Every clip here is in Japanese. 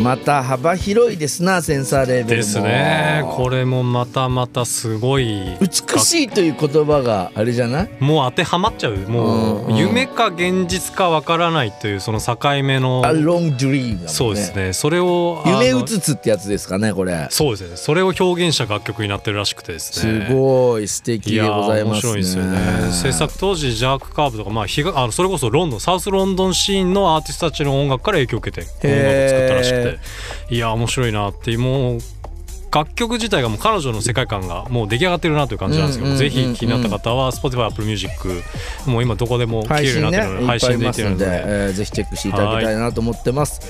また幅広いですなセンサーレーベルもですねこれもまたまたすごい美しいという言葉があれじゃないもう当てはまっちゃうもうんううん夢か現実かわからないというその境目の A long dream だもんねそうですねそれをあの夢うつつってやつですかねこれそうですねそれを表現した楽曲になってるらしくてですすねごい素敵いでやーございま面すね白いですよね制作当時ジャーク・カーブとか、まあ、東あのそれこそロンドンサウスロンドンシーンのアーティストたちの音楽から影響を受けてこの音楽を作ったらしくていやー面白いなっていうもう楽曲自体がもう彼女の世界観がもう出来上がってるなという感じなんですけど、うんうんうんぜうんひ気になった方は Spotify、Apple Music もう今どこでも聴け配るように信なっねいてるっので配ぱい信いでまきするのんで、で。えーぜひチェックしていただきたいなと思ってます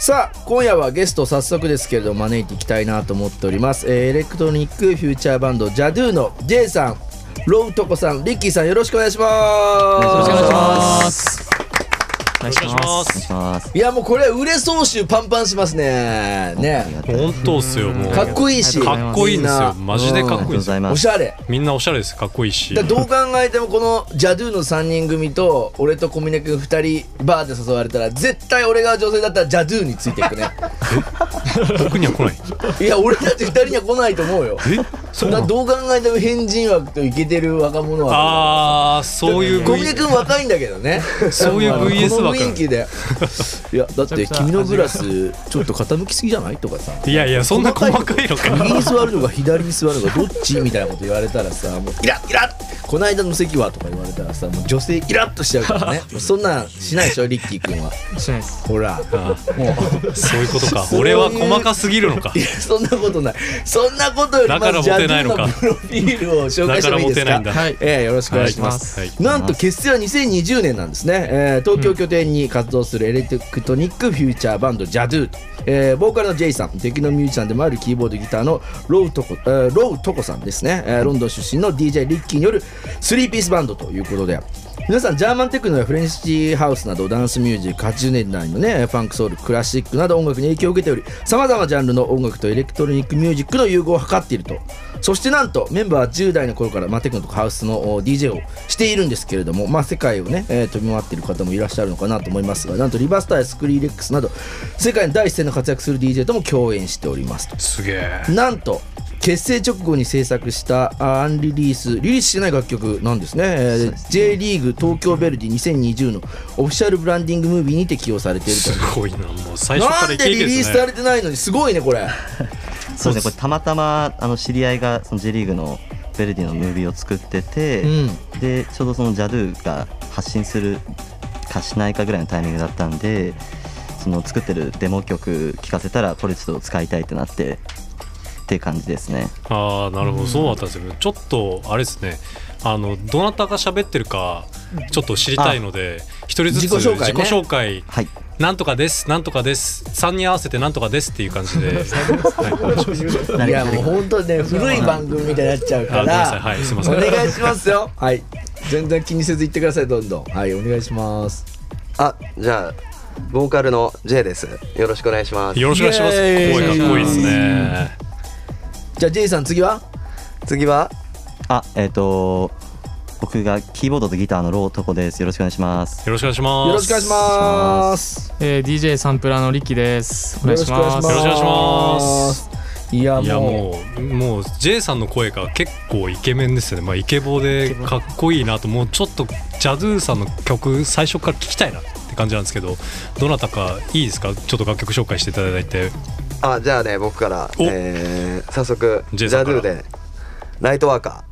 さあ今夜はゲスト早速ですけれども招いていきたいなと思っております、えーエレクトロニックフューチャーバンドジャドゥの J さんロウトコさんリッキーさんよろしくお願いしますよろしくお願いしますす。お願いしますお願いします。いやもうこれ売れ総集パンパンしますねね本当っすよもうかっこいいしかっこいいんですみよなマジでかっありがとこういいごですざいうんまおす。しゃれみんなおしゃれですかっこいいしだからどう考えてもこのジャドゥの3人組と俺と小峰君2人バーで誘われたら絶対俺が女性だったらジャドゥについていくね 僕には来ないいや俺たち2人には来ないと思うよえそそうんななのどう考えても変人枠とイケてる若者はああそういう小 V 峰君若いんだけどねそういう VS この枠な雰の囲気でいやだって君のグラスちょっと傾きすぎじゃないとかさいやいやそんな細かいの右かに座るのか左に座るのかどっちみたいなこと言われたらさもうイラッイラッこの間の席はとか言われたらさもう女性イラッとしちゃうから ねもうそんなんしないでしょリッキー君はしないです。ほらあー そういうことかそういう俺は細かすぎるのかいやそんなことないそんなことよりだからまずジモャテズないののかプロフィールを紹介だしてもからいいモですテかないんだはい。ええよろしくお願いします、すはいなんと結成は2020年なんですね、えー東京拠点に活動するエレクトニックフューチャーバンドジャドゥと、えーボーカルの J さん敵のミュージシャンでもあるキーボードギターのロウトコ、えーロウトコさんですね、えーロンドン出身の DJ リッキーによる3ピースバンドということで皆さんジャーマンテクノやフレンチハウスなどダンスミュージック80年代のねファンクソウルクラシックなど音楽に影響を受けておりさまざまジャンルの音楽とエレクトロニックミュージックの融合を図っているとそしてなんとメンバーは10代の頃から、まあ、テクノとかハウスのお DJ をしているんですけれども、まあ、世界をね、えー飛び回っている方もいらっしゃるのかなと思いますがなんとリバースターやスクリーレックスなど世界の第一線の活躍する DJ とも共演しておりますとすげえなんと結成直後に制作したあアンリリースリリースしてない楽曲なんですねえー J リーグ東京ヴェルディ2020のオフィシャルブランディングムービーにて起用されているすとごいなもう最初なからんイケでイケリリでースすさねれてないのにすごいねこれそうですね。これたまたまあの知り合いがその J リーグのベルディのムービーを作ってて、うでちょうどそのジャドゥが発信するかしないかぐらいのタイミングだったんで。その作ってるデモ曲聴かせたらこれちょっと使いたいってなってっていう感じですねああなるほどそうだったんですよちょっとあれですねあのどなたが喋ってるかちょっと知りたいので一人ずつ自己紹介自ね己紹介はいなんとかですなんとかです3人合わせてなんとかですっていう感じで いやもう本当ね古い番組みたいになっちゃうかあごめんなさいらはいすいまおせん願いしますよはい全然気にせず言ってくださいどんどんはいお願いしますあ、じゃあ、ボーカルの J です。よろしくお願いします。よろしくお願いしますイエーイ声かっこいいですねじゃあ J さん次は次は、あえっ、と僕がキーボードとギターのロートコですよろしくお願いしますよろしくお願いしますよろしくお願いしますえー、DJ サンプラーのリキです。およろ願いししくお願いしま。ますすよろしくお願いしますいやいやもうもうもう J さんの声が結構イケメンですよね、まあ、イケボでかっこいいなともうちょっとジャズーさんの曲最初から聴きたいなって感じなんですけどどなたかいいですかちょっと楽曲紹介していただいてあ、じゃあね、僕から、おえー、早速、 J ジさャんかドらゥで、ナイトワーカ